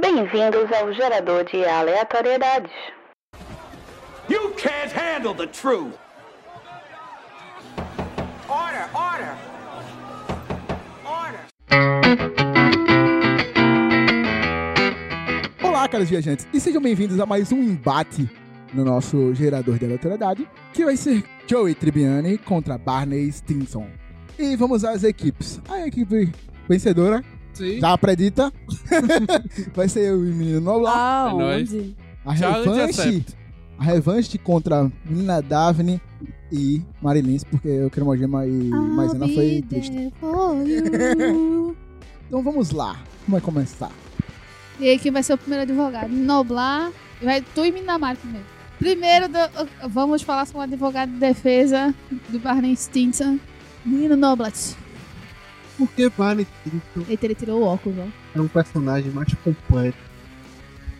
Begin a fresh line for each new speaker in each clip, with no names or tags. Bem-vindos ao gerador de aleatoriedades.
You can't handle the truth. Order, order. Order.
Olá, caros viajantes, e sejam bem-vindos a mais um embate no nosso gerador de aleatoriedade, que vai ser Joey Tribbiani contra Barney Stinson. E vamos às equipes. A equipe vencedora,
Sim.
já predita, vai ser o menino Noblar,
Ah,
É nóis.
onde?
a
Challenge
revanche,
accept.
a revanche contra a menina Daphne e Marilins, porque o Cremogema
Ah,
e Maisena foi triste.
é
Então vamos lá, como vai começar?
E aí, quem vai ser o primeiro advogado? Noblar. E vai tu e Mindamar primeiro. Primeiro, do- vamos falar com o advogado de defesa do Barney Stinson. Menino Noblat.
Porque Barney Stinson
Eita, ele tirou o óculos, ó.
é um personagem mais completo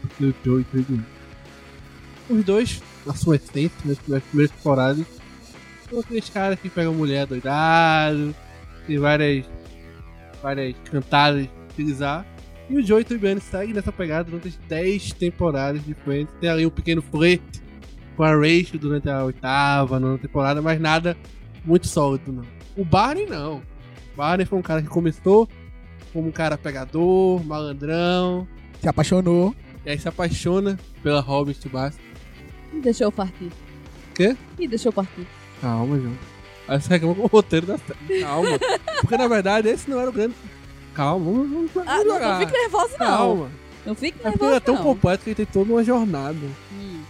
do que o Joey Tribbiani. Os dois, na sua essência, nas nas primeiras temporadas, são aqueles caras que pegam mulher doidado, tem várias, várias cantadas de utilizar. E o Joey Tribbiani segue nessa pegada durante as 10 temporadas de frente. Tem ali um pequeno flerte com a Rachel durante a oitava, nona temporada, mas nada muito sólido, não. O Barney, não. O Barney foi um cara que começou como um cara pegador, malandrão,
Se apaixonou,
e aí se apaixona pela Robin Tubasco.
E deixou eu partir.
Quê?
E deixou eu partir.
Calma, João. Aí você reclama com o roteiro da série. Calma. Porque na verdade esse não era o grande. Calma, vamos, vamos, vamos
Ah, não, não
jogar.
fique nervoso, não.
Calma.
Não fique
É porque ele
nervoso,
é tão
não.
completo que ele tem toda uma jornada,
Hum.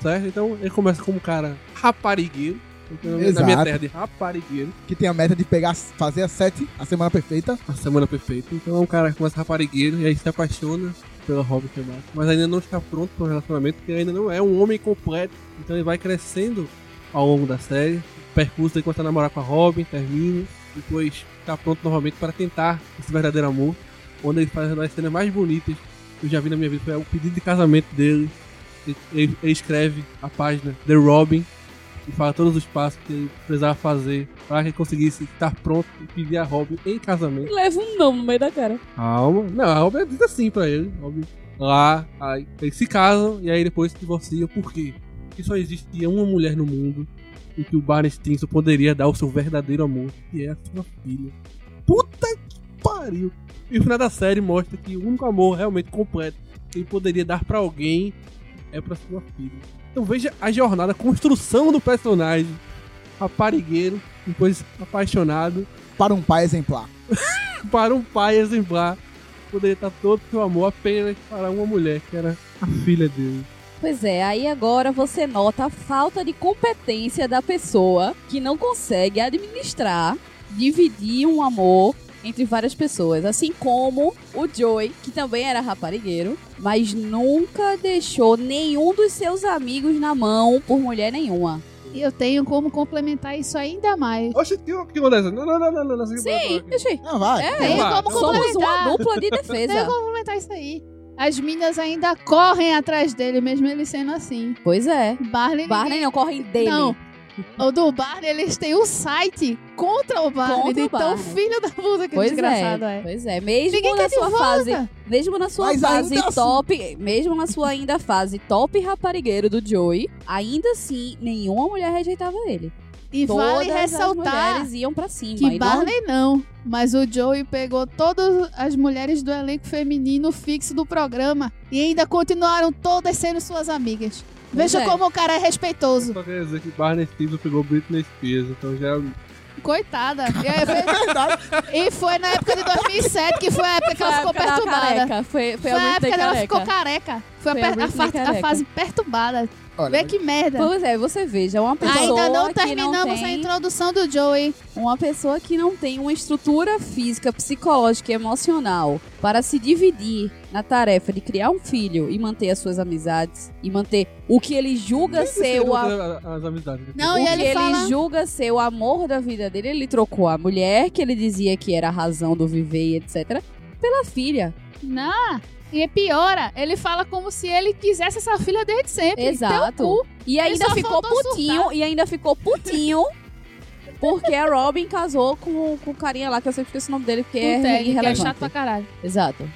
certo? Então ele começa como um cara raparigueiro. Então, Na
Exato.
minha terra de raparigueiro.
que tem a meta de pegar, fazer a sete, a semana perfeita,
A semana perfeita. Então é um cara que começa raparigueiro e aí se apaixona pela Robin Tubasco. Mas ainda não está pronto para um relacionamento, porque ainda não é um homem completo. Então ele vai crescendo ao longo da série. O percurso dele começa a namorar com a Robin, termina. Depois está pronto novamente para tentar esse verdadeiro amor. Onde ele faz uma das cenas mais bonitas que eu já vi na minha vida. Foi o pedido de casamento dele. Ele, ele- ele escreve a página The Robin e fala todos os passos que ele precisava fazer para que ele conseguisse estar pronto e pedir a Robin em casamento.
Leva um não no meio da cara.
Calma. Não, a Robin é vida assim pra ele. A Robin lá, aí eles se casam e aí depois se divorciam. Por quê? Porque só existia uma mulher no mundo em que o Barney Stinson poderia dar o seu verdadeiro amor, que é a sua filha. Puta que pariu! E o final da série mostra que o único amor realmente completo que ele poderia dar pra alguém é pra sua filha. Então veja a jornada, a construção do personagem. Raparigueiro, depois apaixonado,
para um pai exemplar.
para um pai exemplar poderia estar todo seu amor apenas para uma mulher que era a filha dele.
Pois é, aí agora você nota a falta de competência da pessoa que não consegue administrar, dividir um amor entre várias pessoas. Assim como o Joey, que também era raparigueiro, mas nunca deixou nenhum dos seus amigos na mão por mulher nenhuma.
E eu tenho como complementar isso ainda mais.
Oxe, que que dessa? Não, não, não, não, não, não.
Sim, achei.
Ah, vai.
É,
Tem
Vamos lá,
como
Somos uma
complementar.
dupla
Tem
de defesa.
como complementar isso aí. As minas ainda correm atrás dele, mesmo ele sendo assim.
Pois é.
Barney.
Barney não corre dele.
Não. O do Barney, eles têm um site contra o Barney.
Contra o
então,
Barney.
filho da puta que
Pois
desgraçado
é,
é.
Pois é. Mesmo
Ninguém
na
quer de
sua
volta.
fase. Mesmo na sua
Mas
fase
ainda assim-
top. Mesmo na sua ainda fase top raparigueiro do Joey, ainda assim, nenhuma mulher rejeitava ele.
E
Todas
vale
as
ressaltar
mulheres iam pra cima.
que
e não-
Barney não, mas o Joey pegou todas as mulheres do elenco feminino fixo do programa e ainda continuaram todas sendo suas amigas.
Pois
Veja
é.
como o cara é respeitoso.
Só queria dizer que Barney Stinson pegou Britney Spears, então já...
Coitada. E, aí foi- e foi na época de 2007 que foi a época que
Foi
ela
a
ficou
época da
perturbada.
careca, Foi,
Foi
foi a
a
Britney
época que ela
careca.
ficou careca. Foi a,
Foi a
per- a
Britney
fa- a
careca.
fase perturbada.
Olha,
Vê que merda.
Pois é, você veja, uma pessoa
Ainda não
que não
terminamos a
tem-
introdução do Joey.
Uma pessoa que não tem uma estrutura física, psicológica e emocional para se dividir na tarefa de criar um filho e manter as suas amizades e manter o que ele julga
é
ser o, a-
As, as amizades. né?
Não,
o
e
que
ele,
ele
fala.
julga ser o amor da vida dele, ele trocou a mulher que ele dizia que era a razão do viver e etc. pela filha.
Não. E é piora, ele fala como se ele quisesse essa filha desde sempre.
Exato.
Teu cu.
E ainda
só
ficou
faltou
putinho,
surtar.
e ainda ficou putinho. Porque a Robin casou com, com o carinha lá, que eu sempre esqueço o nome dele, porque
Puta,
é
ele que é
irrelevante.
chato pra caralho.
Exato.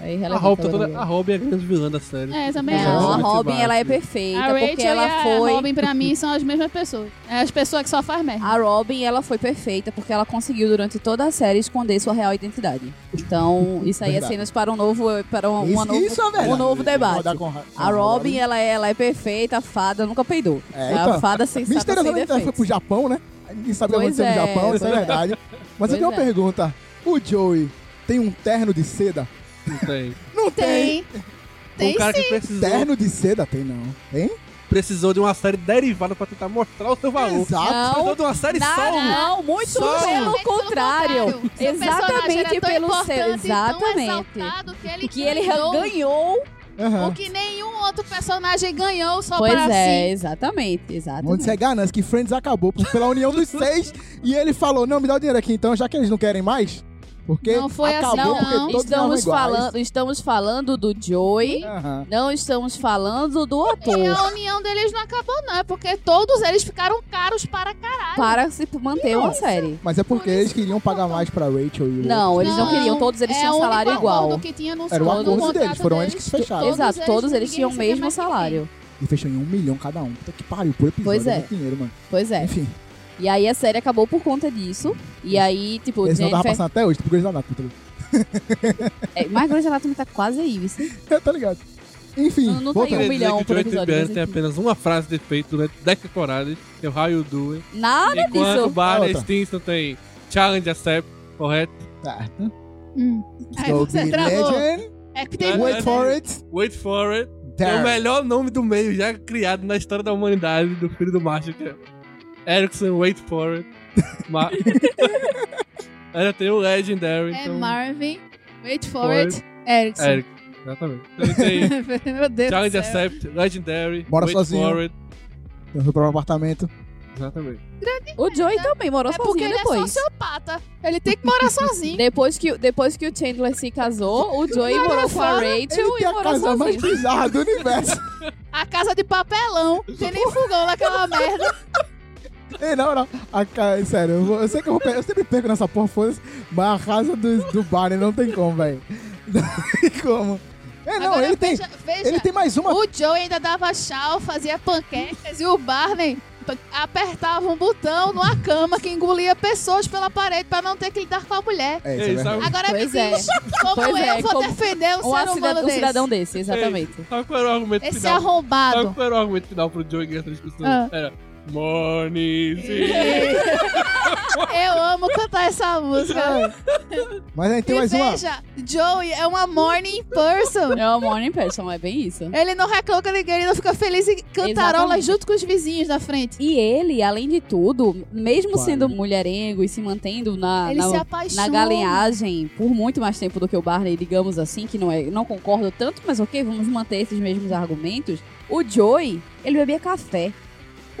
É
A
irrelevante
Robin, tá
agora.
toda- a Robin é a grande vilã da série.
É, também
Mas
Não, a
Robin se
Robin
bate.
ela é perfeita
A Rachel
porque ela
e a
foi. Ah,
Robin, pra mim, são as mesmas pessoas. É as pessoas que só faz merda.
A Robin ela foi perfeita porque ela conseguiu durante toda a série esconder sua real identidade. Então isso aí
Verdade.
é cenas para um novo, para um, uma
Isso,
novo,
isso é verdade.
um novo debate.
Concorda com Ra- com
A Robin ela é, ela é perfeita, a fada nunca peidou.
É,
É, a
então.
fada sensata sem
Misteriosamente ela foi tá pro
defeitos.
Japão, né? Ninguém sabe o que
Pois
aconteceu no
é,
Japão, isso é
pois é.
verdade. Mas eu tenho uma
Pois é.
pergunta. O Joey tem um terno de seda?
Não tem.
Não tem.
Tem. Tem
um cara
sim.
que precisou,
Terno de seda? Tem não. Tem?
precisou de uma série derivada pra tentar mostrar o seu valor.
Exato.
Não,
Precisou de uma série um.
Nada,
solo.
não, muito
Solo.
pelo
Totalmente pelo
contrário.
contrário. Seu personagem
Exatamente
era tão
pelo
importante
seu.
e tão
Exatamente.
exaltado que ele,
Que ele
ganhou
ganhou.
Aham. Um
o que nenhum outro personagem ganhou só
Pois
para
é,
si.
exatamente, exatamente.
Onde você é ganância, que Friends acabou por- pela união dos seis e ele falou, não, me dá o dinheiro aqui então, já que eles não querem mais. Porque
Não foi assim,
acabou
não.
porque todos eram
Estamos
iguais.
falando, estamos falando do Joey,
Aham.
não estamos falando do
E
ator.
a união deles não acabou, não. É porque todos eles ficaram caros para caralho.
Para se manter uma série.
Mas é porque
Por isso
eles queriam pagar mais pra Rachel e o
Não, eles não,
Não,
queriam, todos eles
é
tinham
o único
salário igual.
acordo que tinha no
Era o
no
acordo
contrato
deles, foram eles que
deles.
fecharam. Todos
Exato, todos eles
ninguém
tinham o
recebia
mesmo
mais que
salário.
E fechou em um milhão cada um. Puta que pariu, por episódio.
Pois é.
muito Dinheiro, mano.
Pois é.
Enfim,
E aí a série acabou por conta disso. E aí, tipo,
esse não tava
Jennifer.
passando até hoje, tipo, porque eles não puta.
É, mas Grey's Anatomy tá quase aí, isso.
É, tá ligado. Enfim,
Não- não
voltando.
tem um milhão por
Joey
episódio.
Tribbiani
mas
tem
enfim.
apenas uma frase de efeito durante 10 temporadas, que é o Raio Doing.
Nada
Enquanto
disso.
Barney
Outra.
Stinson tem Challenge Accept, correto?
Tá.
Hum. Aí
Go
você
be
travou.
legend,
É que tem
wait
Wait
for it,
Wait for it. É o
there.
melhor nome do meio já criado na história da humanidade do filho do macho, que é Erickson Wait for it. Ma... Ainda tem o Legendary.
É
então...
Marvin, Wait For
Foi.
It, Erickson.
Eric. Exatamente. Então tem
Meu Deus do
Challenge
céu.
Accept, Legendary,
Bora
Wait
sozinho.
for it.
Eu fui pra um apartamento.
Exatamente.
O Joey também morou
É porque
sozinho
ele é
depois.
sociopata. Ele tem que morar sozinho.
Depois que, depois que o Chandler se casou, o Joey morou com a
Ele
Rachel
tem
e
a
morou
casa mais
sozinho.
bizarra do universo.
A casa de papelão. Tem nem fogão naquela merda.
Ei, não, não. A ca- Sério, eu, vou- eu sei que eu, vou pe- eu sempre perco nessa porra, foda-se, mas a casa do, do Barney não tem como, velho. Não tem como. É, não,
Agora,
ele tem.
veja, veja.
Ele tem mais uma.
O Joe ainda dava chá, fazia panquecas e o Barney p- apertava um botão numa cama que engolia pessoas pela parede pra não ter que lidar com a mulher.
É, isso é
Ei,
verdade.
sabe,
Agora
Pois
me
é.
diz como
Pois
eu
é,
vou
como
defender um,
Um,
ser
acida-
humano
um
desse.
cidadão desse, exatamente.
Ei, sabe qual era o argumento
Esse
final? Sabe
arrombado.
qual era o argumento final pro Joey ganhar essa discussão?
Ah.
Era Morning Sim.
eu amo cantar essa música.
Mas aí tem
E
mais uma.
veja, Joey é uma morning person.
É uma morning person, é bem isso.
Ele não reclama com ninguém, ele não fica feliz e cantarola
Exatamente.
junto com os vizinhos da frente.
E ele, além de tudo, mesmo
Claro.
sendo mulherengo e se mantendo na,
ele se
na,
apaixona.
na galinhagem por muito mais tempo do que o Barney, digamos assim, que não, é, não concordo tanto, mas ok, vamos manter esses mesmos argumentos. O Joey, ele bebia café.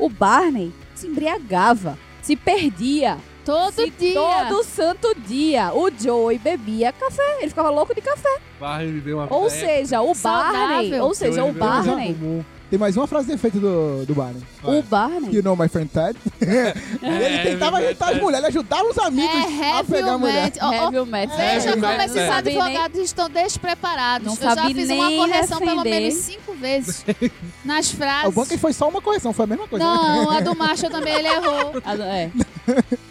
O Barney se embriagava, se perdia.
Todo
se
dia.
Todo santo dia. O Joey bebia café. Ele ficava louco de café.
Barney viveu uma
Ou
fé.
seja, o
Saudável.
Barney. Ou seja,
Joey
o
bebeu
Tem mais uma
Barney.
comum. Tem mais uma frase de efeito do, do Barney.
O
You
Barney.
know my friend Ted? ele
É,
tentava ajudar
é
as
verdade.
mulheres, ele ajudava os amigos
É
a pegar a
heavy
mulher.
match. Ó, ó,
Heavy Metal.
É,
Veja
Heavy
como
metal.
esses
Sabe nem-
advogados estão despreparados.
Não
Eu já
sabe
fiz uma
nem
correção pelo
defender.
menos cinco vezes nas
O
frases.
bom é que foi só uma correção, foi a mesma coisa. né?
Não, a do macho também ele errou.
Ah, É.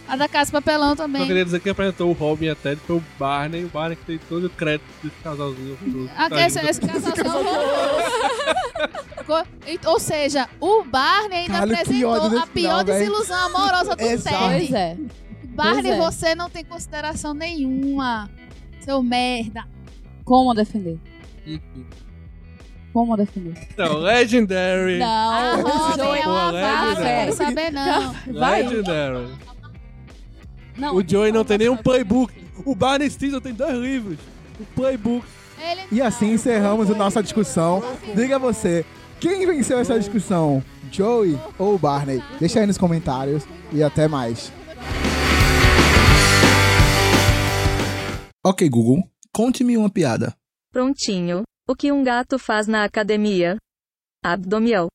A da Casa Papelão
Só
também.
queria dizer que quem apresentou o Robin e a Ted foi o Barney. O Barney que tem todo o crédito desse casalzinho. tá Do,
Ah, que esse, esse casal são horrorosos. Co- Ou seja, o Barney ainda
Caralho, que ódio
apresentou
desse
a pior
final, véi.
desilusão amorosa do
Exato.
Ted.
Pois é.
Barney,
Pois é.
você não tem consideração nenhuma. Seu merda.
Como defender? Como defender?
Então, Legendary.
Ah,
Não, o
Robin
Joey
é
Pô,
uma
leve,
vaca,
né?
quero saber não.
vai.
Legendary.
Não,
O Joey não tem nenhum
vai falar.
playbook. O Barney Stinson tem dois livros. O playbook.
Ele
E assim encerramos a nossa discussão. Diga você, quem venceu essa discussão? Joey ou Barney? Deixa aí nos comentários e até mais.
Ok, Google, conte-me uma piada.
Prontinho. O que um gato faz na academia? Abdomiel.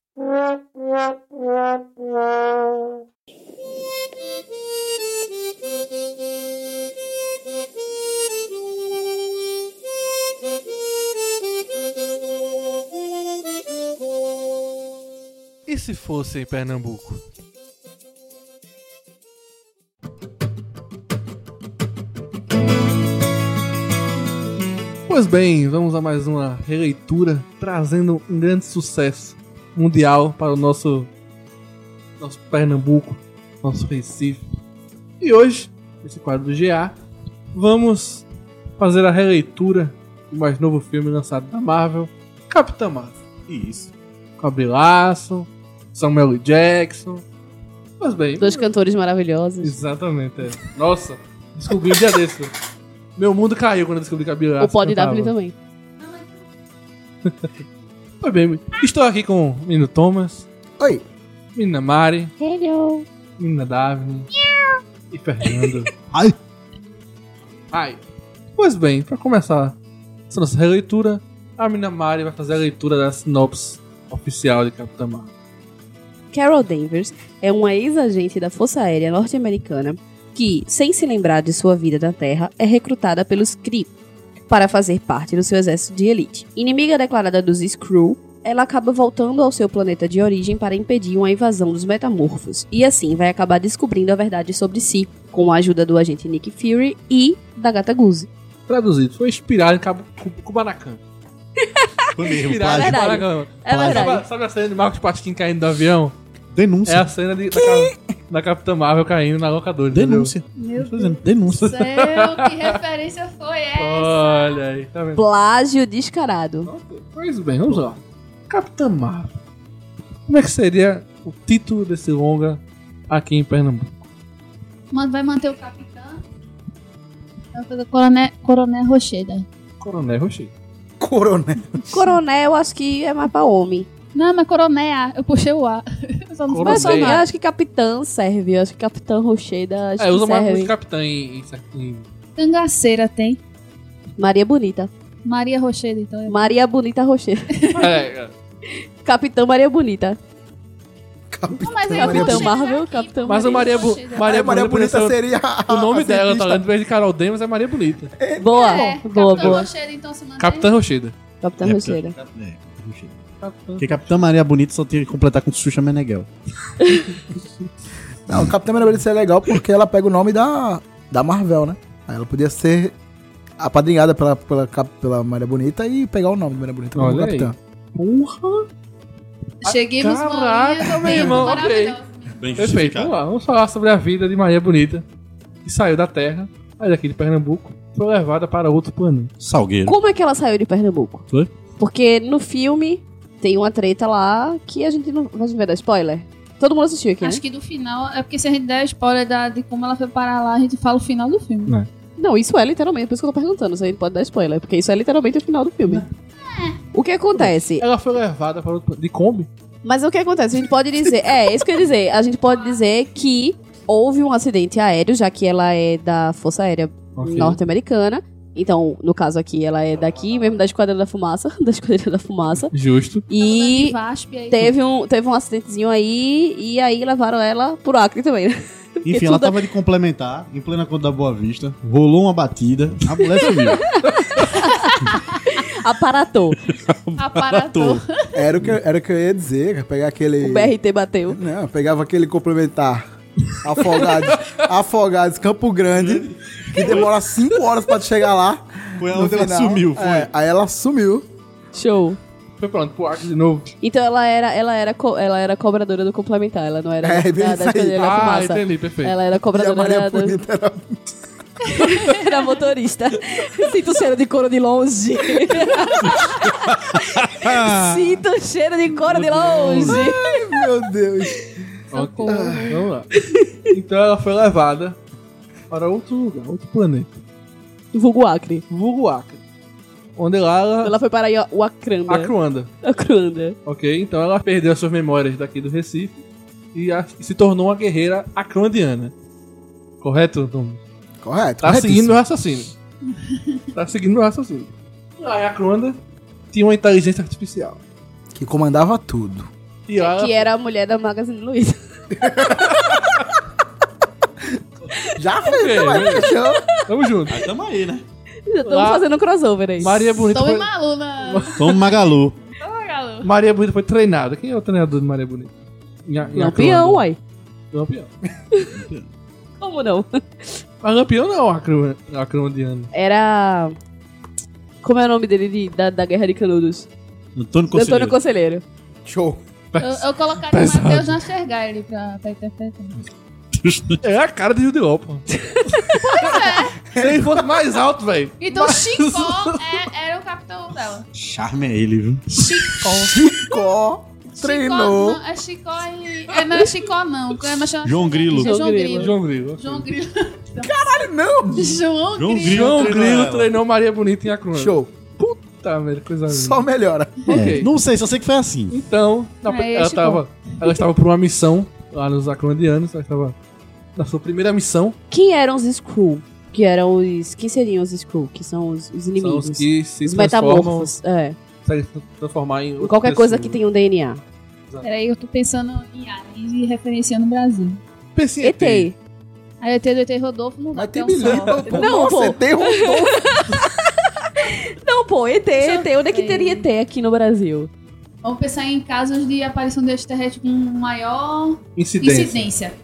se fosse em Pernambuco? Pois bem, vamos a mais uma releitura trazendo um grande sucesso mundial para o nosso nosso Pernambuco, nosso Recife. E hoje, nesse quadro do GA, vamos fazer a releitura do mais novo filme lançado da Marvel, Capitã Marvel.
Isso.
Com Brie Larson, Samuel L. Jackson. Mas bem,
Dois cantores maravilhosos.
exatamente. É. Nossa, descobri um dia desse. Meu mundo caiu quando eu descobri que a Brie Larson
O Pod
cantava.
W tá também.
Pois bem, estou aqui com o menino Thomas,
Oi.
menina Mari,
Hello.
menina Daphne e Fernando.
Ai.
Ai. Pois bem, pra começar essa nossa releitura, a menina Mari vai fazer a leitura da sinopse oficial de Capitã Marvel.
Carol Danvers é uma ex-agente da Força Aérea Norte-Americana que, sem se lembrar de sua vida na Terra, é recrutada pelos Kree para fazer parte do seu exército de elite. Inimiga declarada dos Skrull, ela acaba voltando ao seu planeta de origem para impedir uma invasão dos metamorfos e assim vai acabar descobrindo a verdade sobre si, com a ajuda do agente Nick Fury e da Gata Goose.
Traduzido, foi inspirado em Cabo, Cu- Kubanacan.
Foi
É
mesmo,
Inspirado em
plágio.
Kubanacan.
É
Sabe,
verdade.
sabe a cena de Marcos Pasquim caindo do avião? É
Denúncia.
a cena de, da, ca- da Capitã Marvel caindo na locadora. entendeu?
Denúncia.
Meu
Tô dizendo, denúncia.
céu, que referência foi essa?
Olha aí, tá vendo?
Plágio descarado.
Pois bem, vamos lá. Capitã Marvel. Como é que seria o título desse longa aqui em Pernambuco?
Mano, vai manter o capitão? Vai fazer Coronel, Coronel Rocheda.
Coronel Rocher.
Coronel.
Coronel, acho que é mais pra homem.
Não, mas Coronel, eu puxei o A. Eu só não sei
Coronel.
Mas só,
Odeia.
eu acho que Capitã serve. Eu acho que Capitã Rocheda acho
É,
que
usa mais
serve.
como capitã em, em, em-
Cangaceira tem.
Maria Bonita.
Maria Rocheda, então. é-
Maria Bonita Rocheda.
É, é.
Capitã Maria Bonita.
Não, mas aí
Capitão
Rocheda tá
Marvel,
aqui,
Capitão
Mas a Maria, Bu-
Rocheda.
Maria,
Aí, É, Maria Bonita
podia ser
seria.
o, o nome
a
dela, tá
cientista.
lendo? Em vez de Carol Davis, é Maria Bonita.
Boa,
É,
boa,
Capitão
boa.
Rocheda, então, se mantém.
Capitã Rocheda.
Capitã
É,
Rocheda.
porque- é, Capitã Rocheda. Porque Capitã Maria Bonita só tinha que completar com Xuxa Meneghel.
Não, Capitã Marvel seria legal porque ela pega o nome da, da Marvel, né? Aí ela podia ser apadrinhada pela, pela, cap- pela Maria Bonita e pegar o nome da Maria Bonita como
Olha aí.
capitã.
Porra!
Cheguemos
Caraca,
Molinha,
meu irmão, ok.
maravilhoso.
bem
Perfeito, vamos
justificado.
lá. Vamos falar sobre a vida de Maria Bonita, que saiu da Terra, aí daqui de Pernambuco, foi levada para outro planeta.
Salgueiro.
Como é que ela saiu de Pernambuco?
Foi?
Porque no filme tem uma treta lá que a gente não. A gente vai dar spoiler? Todo mundo assistiu aqui, né?
Acho que do final, é porque se a gente der spoiler da, de como ela foi parar lá, a gente fala o final do filme.
Não, isso é literalmente, por isso que eu tô perguntando, se a gente pode dar spoiler, porque isso é literalmente o final do filme.
É.
O que acontece?
Ela foi levada para outro planeta. De Kombi?
Mas o que acontece? A gente pode dizer. É, isso que eu ia dizer. A gente pode dizer que houve um acidente aéreo, já que ela é da Força Aérea
Ok.
Norte-Americana. Então, no caso aqui, ela é daqui mesmo, da Esquadra da Fumaça. Da Esquadra da Fumaça.
Justo.
Falando é de
E
Vasp aí.
teve um, teve um acidentezinho aí, e aí levaram ela pro Acre também, né?
Enfim, ela
tudo-
tava de complementar, em plena conta da Boa Vista, rolou uma batida, a mulher sumiu.
tá-
Aparatou.
Aparatou.
Era o, que, era o que eu ia dizer, cara, pegar aquele...
O BRT bateu.
Não, eu pegava aquele complementar. Afogados, Afogados, Campo Grande, que demora 5 horas pra chegar lá.
Foi
No
onde ela
final,
sumiu, foi.
é, aí ela sumiu.
Show.
Foi pronto, pro Ark de novo.
Então ela era, ela era, co- ela era cobradora do complementar, ela não era
É, bem
da,
isso
da
aí.
Esquadra da
ah,
Fumaça.
entendi, perfeito.
Ela era
E a
cobradora
Maria
da, da,
Bonita era
Era motorista. Sinto o cheiro de couro de longe. Sinto o cheiro de couro de longe.
Meu Deus.
Ok,
Ah.
Vamos lá. Então ela foi levada para outro lugar, outro planeta.
Vulgo Acre.
Vulgo Acre. Onde lá ela...
Ela foi para Ia- o Acranda.
Acruanda.
Acranda.
Ok? Então ela perdeu as suas memórias daqui do Recife e, a- e se tornou uma guerreira acruandiana. Correto, Tom?
Correto.
Tá
corretíssimo.
seguindo meu raciocínio. tá seguindo meu raciocínio. Lá em Acruanda tinha uma inteligência artificial.
Que comandava tudo.
E lá ela
Que era a mulher da Magazine Luiza. é-
Já então fez,
Ok,
também,
beleza.
fechou.
Tamo junto.
Aí tamo aí, né?
Já estamos
Lá-
fazendo um crossover aí.
Maria Bonita,
Tome
foi,
Malu na...
Toma Magalu.
Toma, Malu.
Maria Bonita foi treinada. Quem é o treinador de Maria Bonita? Nha-
Lampião,
Nhaclando.
uai.
Lampião.
Como não?
Mas Lampião não é o acro- acroandiano.
Era. Como é o nome dele de- da, da Guerra de Canudos?
Antônio
Antônio Conselheiro.
Conselheiro.
Show.
Eu, eu colocaria o
Pesado.
Matheus Nastergaard ali pra, pra interpretar.
É a cara de Judeu, pô. Pois é. Se ele fosse mais alto, velho.
Então Chicó é- era o capitão dela.
Charme é ele, viu?
Có.
Chicó,
Treinou.
não, é Chicó e... É, não é Chicó não. É, mas chama-
João Grilo.
João Grilo.
João Grilo.
João Grilo.
Não.
João
João
Grilo.
Grilo.
treinou
João Grilo
ela.
treinou Maria Bonita em Acrona.
Show.
Tá, velho, coisa linda.
Só melhora.
Ok.
É, não sei, só sei que foi assim.
Então, na-
É,
ela,
esse
tava, ela estava por uma missão lá nos acrondianos, ela estava na sua primeira missão,
Quem eram os Skrull? Que eram os. Quem seriam os Skrull? Que são os, os
são
inimigos.
os que se
Os
transformam,
metamorfos. É.
conseguem se transformar em outra
Qualquer coisa que
pessoa.
tenha um DNA.
Peraí, eu tô pensando em aliens e referenciando o Brasil.
Pensei em
ET.
Aí eu tenho ET Rodolfo, não vai
Mas
ter
tem
um só.
milhão. pô.
Não,
Nossa,
pô.
tem um
Não, pô, ET, ET. Onde é
sei.
que teria ET aqui no Brasil?
Vamos pensar em casos de aparição de extraterrestre com maior
Incidência.
incidência.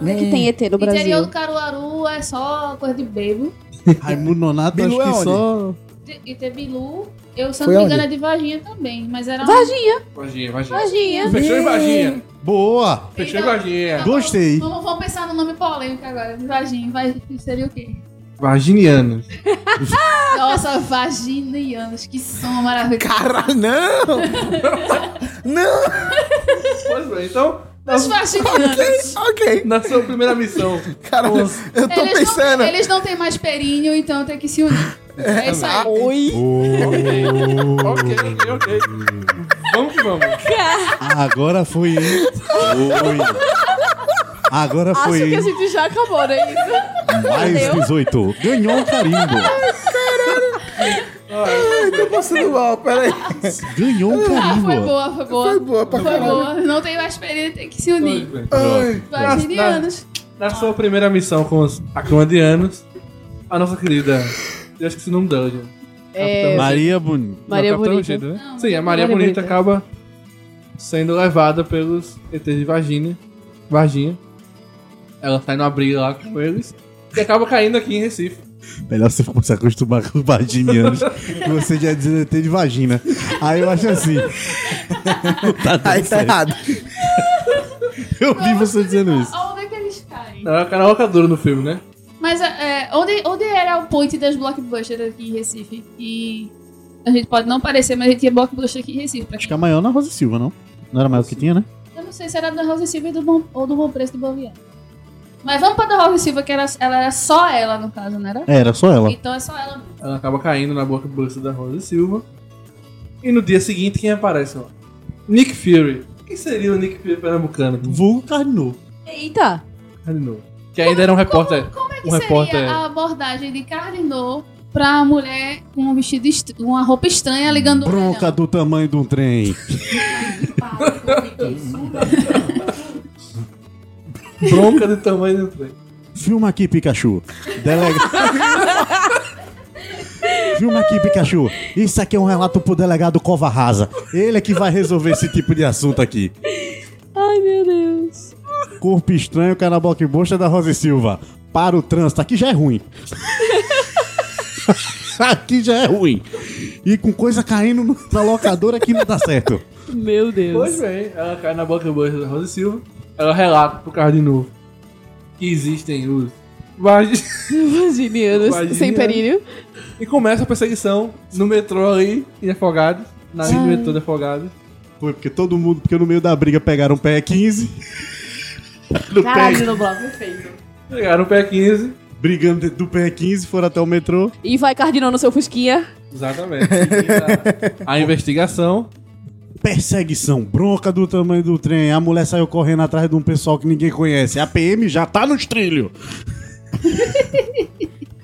Onde é que tem ET no
Interior
Brasil?
do Caruaru é só coisa de bebo.
Raimundo Nonato, acho
Bilu é
que
onde?
só...
De- E ter Bilu. Eu, se eu
Foi
não me engano,
onde?
é de Varginha também. Mas era
Varginha,
Varginha, Varginha.
Varginha.
Fechou em Varginha.
Boa!
Fechou em
Então-
Varginha.
Então,
Gostei.
Vamos, vamos pensar no nome polêmico agora. Varginha. Vai, seria o quê?
Varginianos.
Nossa, vaginianos. Que som maravilhoso.
cara, não.
Pois bem, então, na,
Os vaginianos.
Ok.
na sua primeira missão,
Cara,
Nossa.
eu tô
é
Eles
pensando.
não, eles não têm mais perinho, então tem que se unir. É isso aí.
Oi.
ok, ok, ok. Vamos que vamos.
Ah, Agora foi, hein? Foi. Agora
Acho
foi,
que a
hein?
gente já acabou, né?
Mais 18. Ganhou um carimbo.
Eu tô passando mal, peraí.
Ganhou
Ah,
um
foi
carimbo.
boa, foi boa.
Foi boa pra
Foi
caralho.
boa. Não tem mais perinho, tem que se
Pois
unir.
bem.
Ai,
Vaginianos.
Na sua primeira missão com os acroandianos, a nossa querida. Eu esqueci o nome dela, gente.
É,
Maria Bonita.
Maria
Capitã
Bonita.
Ujeda, tá né?
Não,
Sim, a Maria,
Maria
Bonita,
Bonita.
acaba sendo levada pelos ETs de Varginha. Varginha. Ela sai numa briga lá com eles e acaba caindo aqui em Recife.
Melhor você começar a acostumar com vaginianos. que você já diz ET de vagina. Aí eu acho assim. Não tá dando
Aí tá
certo.
errado.
Eu vi você dizendo isso.
Onde é que eles caem?
Ela cai na locadora no filme, né?
Mas é, onde, onde era o point das blockbusters aqui em Recife? Que a gente pode não parecer, mas a gente tinha blockbuster aqui em Recife. Pra
Acho
quem...
que a maior na Rosa Silva, não? Não era a maior que tinha, né?
Eu não sei se era da Rosa Silva e do bom, ou do Bom Preço do Bom Viagem. Mas vamos pra da Rosa Silva, que era, ela era só ela, no caso, não era?
É, era só ela.
Então é só ela.
Ela acaba caindo na boca bolsa da Rosa Silva. E no dia seguinte, quem aparece lá? Nick Fury. Quem seria o Nick Fury pernambucano?
Vulgo Carnu.
Eita.
Ah, de novo. Que ainda era um repórter.
Como é que
um
seria
repórter.
a abordagem de Carlinô pra mulher com um vestido, est- uma roupa estranha ligando o
Bronca do tamanho de um trem.
Bronca do tamanho do trem.
Filma aqui, Pikachu. Delega... Filma aqui, Pikachu. Isso aqui é um relato pro delegado Cova Rasa. Ele é que vai resolver esse tipo de assunto aqui.
Ai, meu Deus.
Corpo estranho, cara na boca e bocha da Rosa e Silva. Para o trânsito. Aqui já é ruim. aqui já é ruim. E com coisa caindo no- na locadora que não dá certo.
Meu
Pois
Deus.
bem, ela cai na boca bolsa da Rosa Silva. Ela relata pro cara de novo que existem os. Mas...
Virginianos.
Varginianos.
Sem períneo.
E começa a perseguição no metrô aí, em Afogados. Na linha do metrô de Afogados.
Foi porque todo mundo, porque no meio da briga pegaram um pé 15. No pé,
no bloco, perfeito.
Pegaram Tá o pé 15.
brigando dentro do pé 15, foram até o metrô.
E vai Cardinão no seu fusquinha.
Exatamente. E a, a investigação.
Perseguição, bronca do tamanho do trem. A mulher saiu correndo atrás de um pessoal que ninguém conhece. A PM já tá nos trilhos.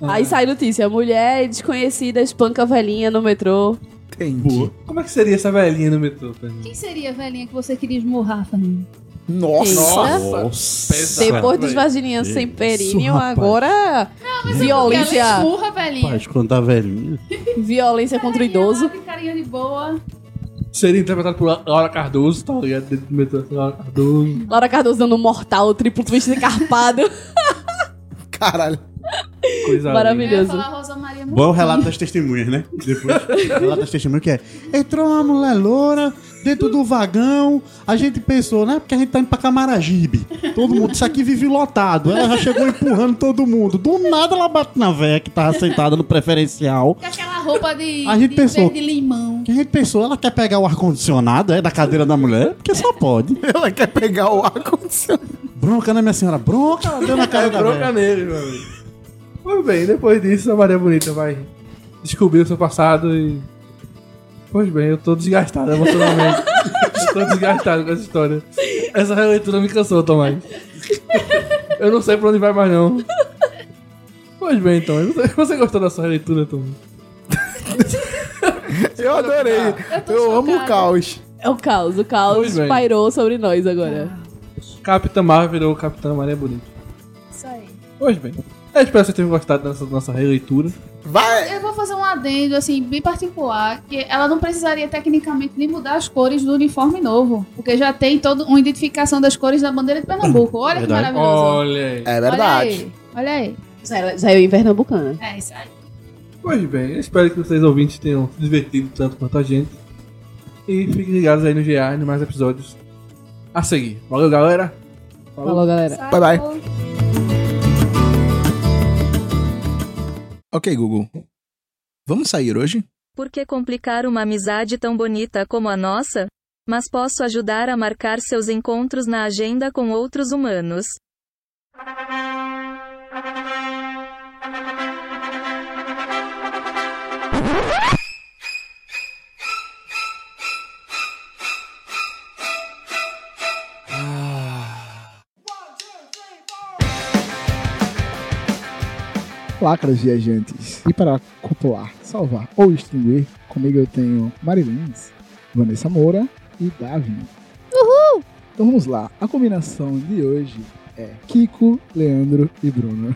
Aí sai notícia. Mulher desconhecida espanca a velhinha no metrô.
Entendi.
Como é que seria essa velhinha no metrô, Fernando?
Quem seria a velhinha que você queria esmurrar, Fernando?
Nossa.
Nossa.
Nossa.
velho.
Depois dos Virginianos sem períneo,
rapaz.
agora...
é Porque ela
violência.
esmurra a velhinha. é
Rapaz, quando tá velhinha.
Violência contra o idoso.
Carinha de boa.
Seria interpretado por Laura Cardoso, tá ligado? Dentro do metrô, Laura Cardoso.
Laura Cardoso dando um mortal, triplo twist encarpado.
Caralho.
Coisa
Maravilhoso.
Eu ia falar Rosa Maria
Bom é o
Monteiro.
relato das testemunhas, né? Depois, o relato das testemunhas que é: entrou uma mulher loura dentro do vagão. A gente pensou, né? Porque a gente tá indo pra Camaragibe. Todo mundo, isso aqui vive lotado. Ela já chegou empurrando todo mundo. Do nada ela bate na véia que tava sentada no preferencial.
Com aquela roupa de,
A gente
de
pensou.
verde limão.
E a gente pensou, ela quer pegar o ar-condicionado, é? Da cadeira da mulher? Porque só pode.
Ela quer pegar o ar-condicionado.
Bronca, né, minha senhora? Bronca, ela deu na cara
É
da véia.
bronca nele, meu amigo. Muito bem, depois disso a Maria Bonita vai descobrir o seu passado e. Pois bem, eu tô desgastado emocionalmente. eu tô desgastado com essa história. Essa releitura me cansou, Tomás. Eu não sei pra onde vai mais não. Pois bem, então. eu não sei- Você gostou dessa releitura, Tomás?
é
Eu adorei.
Eu tô
Eu, amo o
chocada.
caos.
É o caos, o
Pois
caos
bem.
pairou sobre nós agora.
Capitã Marvel virou Capitã Maria Bonita.
Isso aí.
Pois bem. Eu espero que vocês tenham gostado dessa nossa releitura.
Vai!
Eu vou fazer um adendo, assim, bem particular, que ela não precisaria tecnicamente nem mudar as cores do uniforme novo, porque já tem toda uma identificação das cores da bandeira de Pernambuco. Olha
Verdade.
que maravilhoso.
Olha aí.
É
Olha
verdade.
aí. Olha aí.
Já, já eu em Pernambucana.
É isso aí.
Pois bem, eu espero que vocês ouvintes tenham se divertido tanto quanto a gente. E fiquem ligados aí no GA e mais episódios a seguir. Valeu, galera!
Falou, galera.
Bye, bye.
Sacou.
Ok, Google. Vamos sair hoje?
Por que complicar uma amizade tão bonita como a nossa? Mas posso ajudar a marcar seus encontros na agenda com outros humanos.
Lacras viajantes. E para copular, salvar ou extinguir, comigo eu tenho Marilins, Vanessa Moura e Davi. Uhul! Então vamos lá. A combinação de hoje é Kiko, Leandro e Bruno.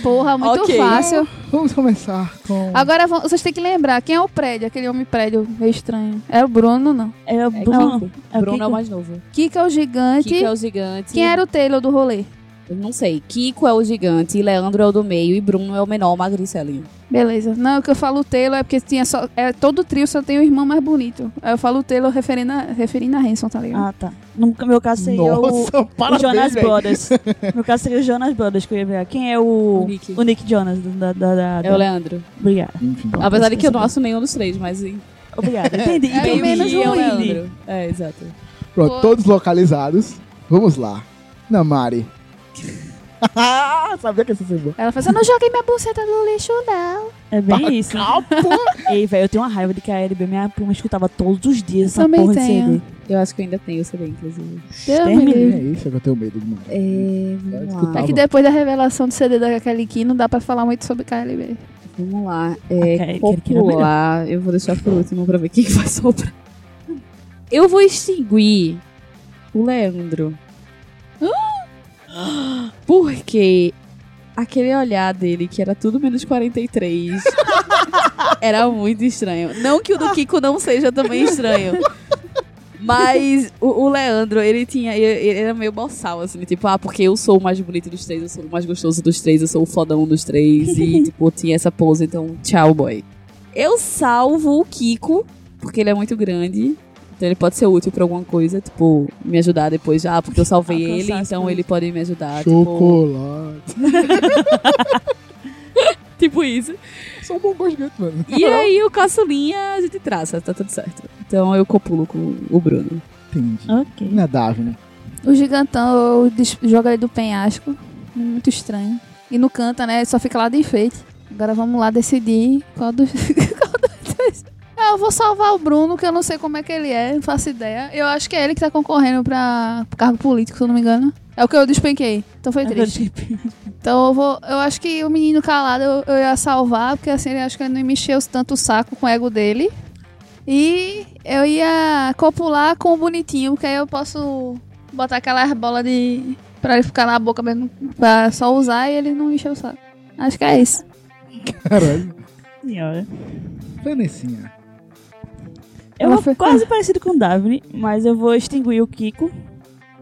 Porra, muito
Ok.
fácil.
Vamos começar com.
Agora vão- vocês têm que lembrar quem é o prédio, aquele homem prédio meio estranho. É o Bruno, não.
É o
É
Bruno.
Kiko.
É o
Bruno é o
Kiko.
mais novo.
Kika é o gigante.
Kiko é o gigante.
Quem era o Taylor do rolê?
Eu não sei. Kiko é o gigante, Leandro é o do meio e Bruno é o menor, o magricelinho.
Beleza. Não, o que eu falo Taylor é porque tinha só. É, todo trio só tem o irmão mais bonito. Aí eu falo Taylor referindo a, referindo a Hanson, tá ligado?
Ah, tá. No meu caso seria Assim, o,
Nossa,
o
parabéns,
Jonas
velho.
Brothers. No meu caso seria o Jonas Brothers que eu ia pegar. Quem é o.
O Nick.
O Nick Jonas. do- Da, da, da,
É o
da-
Leandro.
Obrigada.
Enfim.
Apesar de que eu não acho nenhum dos três, mas. e-
Obrigada. Entendi.
É,
Entendi. assim,
o menos
e é o
ruim.
Leandro. É, exato.
Pronto, todos localizados. Vamos lá. Namari. Sabia que é essa foi boa.
Ela fala assim: não joguei minha buceta no lixo, não.
É bem isso. Ei, velho, eu tenho uma raiva de que a LB, minha prima, escutava todos os dias essa
Também
porra
tenho.
de CD.
Eu acho que eu ainda tenho o CD, inclusive.
Deus me
Termina. Tá
livre.
É isso é que eu tenho medo de mandar.
É, vamos
Vai
lá.
escutar.
É que depois da revelação do CD da Kelly Key, não dá pra falar muito sobre KLB.
Vamos lá.
Ah,
É,
quero- quero que era
popular. Eu vou deixar por último pra ver quem que vai sobrar. Eu vou extinguir o Leandro. Porque aquele olhar dele, que era tudo menos 43, era muito estranho. Não que o do Kiko não seja também estranho. Mas o, o Leandro, ele tinha. Ele, ele era meio boçal, assim, tipo, ah, porque eu sou o mais bonito dos três, eu sou o mais gostoso dos três, eu sou o fodão dos três. e, tipo, tinha essa pose, então, tchau, boy. Eu salvo o Kiko, porque ele é muito grande. Então ele pode ser útil pra alguma coisa, tipo, me ajudar depois já, ah, porque eu salvei
Alcançar
ele,
as
então
coisas.
ele pode me ajudar. Tipo,
Chocolate.
tipo isso.
Sou um bom gosto, mano.
E aí o caçulinha a gente traça, tá tudo certo. Então eu copulo com o Bruno.
Entendi.
Ah.
é
Ok.
Na Davina.
O gigantão eu des- jogo ele do penhasco. Muito estranho. E não canta, né? Só fica lá de enfeite. Agora vamos lá decidir qual dos. qual dos dois. Ah, eu vou salvar o Bruno, que eu não sei como é que ele é, não faço ideia. Eu acho que é ele que tá concorrendo pra cargo político, se eu não me engano. É o que eu despenquei. Então foi
Agora
triste. Então eu vou. Eu acho que o menino calado eu, eu ia salvar, porque assim ele acho que ele não me encheu tanto o saco com o ego dele. E eu ia copular com o bonitinho, porque aí eu posso botar aquelas bolas de. pra ele ficar na boca mesmo, pra só usar e ele não encher o saco. Acho que é isso.
Caralho.
Senhora.
Vanessinha.
Eu
Ela
vou quase parecido com o Daphne, mas eu vou extinguir o Kiko.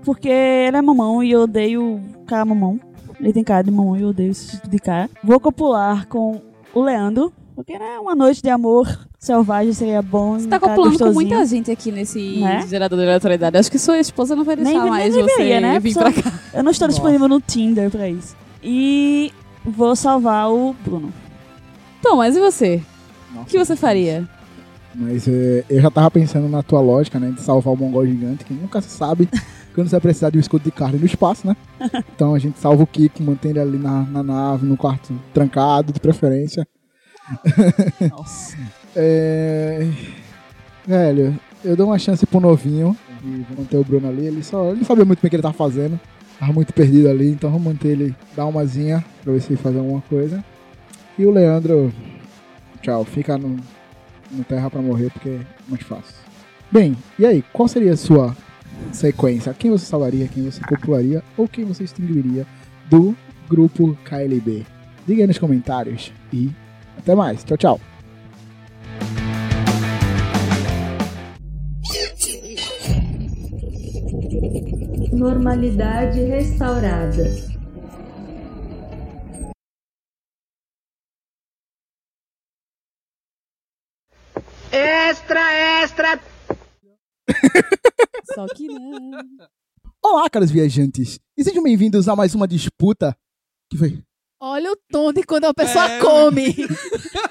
Porque ele é mamão e eu odeio cara mamão. Ele tem cara de mamão e eu odeio esse tipo de cara. Vou copular com o Leandro. Porque né, uma noite de amor selvagem seria bom. Você
Tá copulando com muita gente aqui nesse
Né?
gerador de aleatoriedade. Acho que sua esposa não vai deixar
nem,
mais
nem
você
deveria, né?
vir
Só-
pra cá.
Eu não estou disponível no Tinder pra isso. E vou salvar o Bruno.
Então, mas e você? O que você faria?
Mas é, eu já tava pensando na tua lógica, né? De salvar o mongol gigante, que nunca se sabe quando você vai precisar de um escudo de carne no espaço, né? Então a gente salva o Kiko, mantém ele ali na, na nave, no quarto trancado, de preferência.
Nossa.
É... Velho, eu dou uma chance pro novinho de manter o Bruno ali. Ele só ele não sabia muito bem o que ele tava fazendo. Tava muito perdido ali, então vamos manter ele, dar umazinha pra ver se ele faz alguma coisa. E o Leandro, tchau, fica no, no terra pra morrer porque é muito fácil. Bem, e aí, qual seria a sua sequência? Quem você salvaria, quem você popularia ou quem você extinguiria do grupo KLB? Diga aí nos comentários e até mais. Tchau, tchau.
Normalidade restaurada.
Extra, extra!
Só que não.
Olá, caros viajantes! E sejam bem-vindos a mais uma disputa. Que foi?
Olha o tom de quando a pessoa come.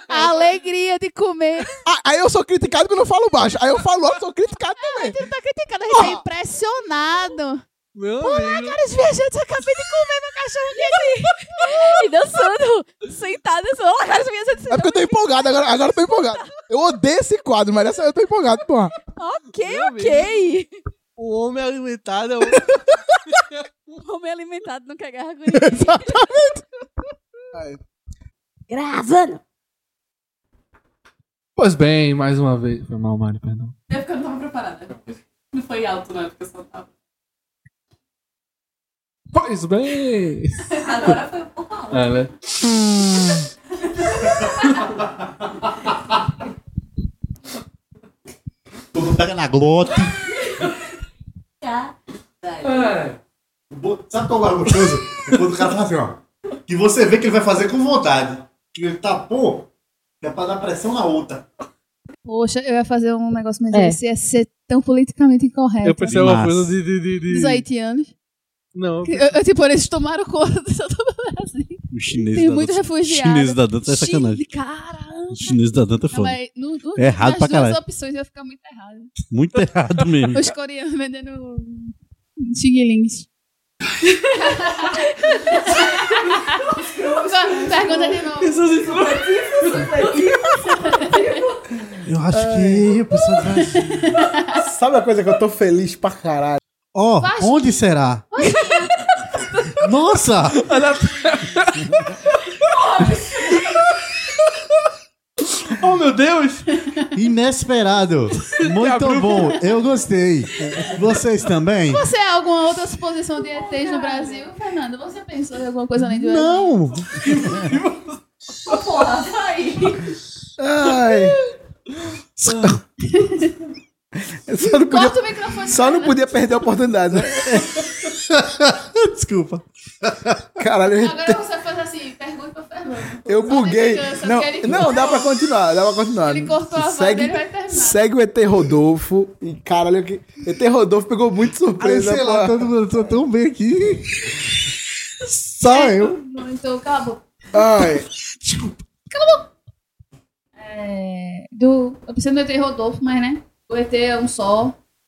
a alegria de comer.
Ah, aí eu sou criticado quando eu falo baixo. Aí eu falo alto, sou criticado também.
A gente não tá criticando, a gente é impressionado. Olá, caros viajantes, eu acabei de comer meu cachorro quente.
E dançando, sentada, dançando. Olha, caros viajantes.
É porque eu tô empolgado, agora, agora eu tô empolgado. Eu odeio esse quadro, mas dessa vez eu tô empolgado, porra.
Ok,
ok.
O homem alimentado é o.
O homem alimentado não quer guerra com
Exatamente.
Gravando.
Pois bem, mais uma vez. Foi mal, Mário, perdão.
É porque eu não tava preparada. Não foi alto, não, é porque eu só tava.
Pois bem!
Agora foi um pouco alto.
É, né?
Todo pega na glote.
Tá.
Bo- Sabe qual é uma coisa? É quando o cara faz assim, ó. Que você vê que ele vai fazer com vontade. Que ele tá, pô, é pra dar pressão na outra.
Poxa, eu ia fazer um negócio, mas
É.
esse ia ser tão politicamente incorreto.
Eu pensei uma coisa de. de, de, de...
Dos haitianos.
Não.
Que Eu, eu, tipo, eles tomaram conta do São Brasil.
O chinês
Tem
da
muito
Danta-
refugiado.
O chinês da Danta é sacanagem.
Caramba.
O chinês da Danta é foda.
Mas no- no-
É errado
nas
pra
duas
caralho.
opções ia ficar muito errado.
Muito errado mesmo.
Hum.
Os coreanos vendendo xinguilins. Pergunta de novo.
Isso é supletivo,
Eu acho que o pessoal Sabe a coisa que eu tô feliz pra caralho?
Ó,
Vasco.
onde será? Nossa!
Oh, meu Deus!
Inesperado. Muito bom. Eu gostei. Vocês também?
Você é alguma outra suposição de ETs no Brasil? Fernando, você pensou em alguma coisa além do
Não!
Porra, vai!
Ai. Eu só não podia,
Corta o microfone.
só não podia perder a oportunidade, né?
Desculpa.
Caralho, eu,
Agora você faz assim, pergunta pro Fernando.
eu buguei.
vingança,
Não,
porque ele-
não, dá pra continuar, dá pra continuar.
Ele cortou a voz
segue,
dele, vai terminar.
segue o ET Rodolfo. E caralho, que- ET Rodolfo pegou muito surpresa.
Ai, sei lá, todo
mundo tô tão bem aqui. Só eu.
Não, Então, cala a boca.
Ai.
Cala a boca! É, do, eu pensei no ET Rodolfo, mas né? O ET é um só.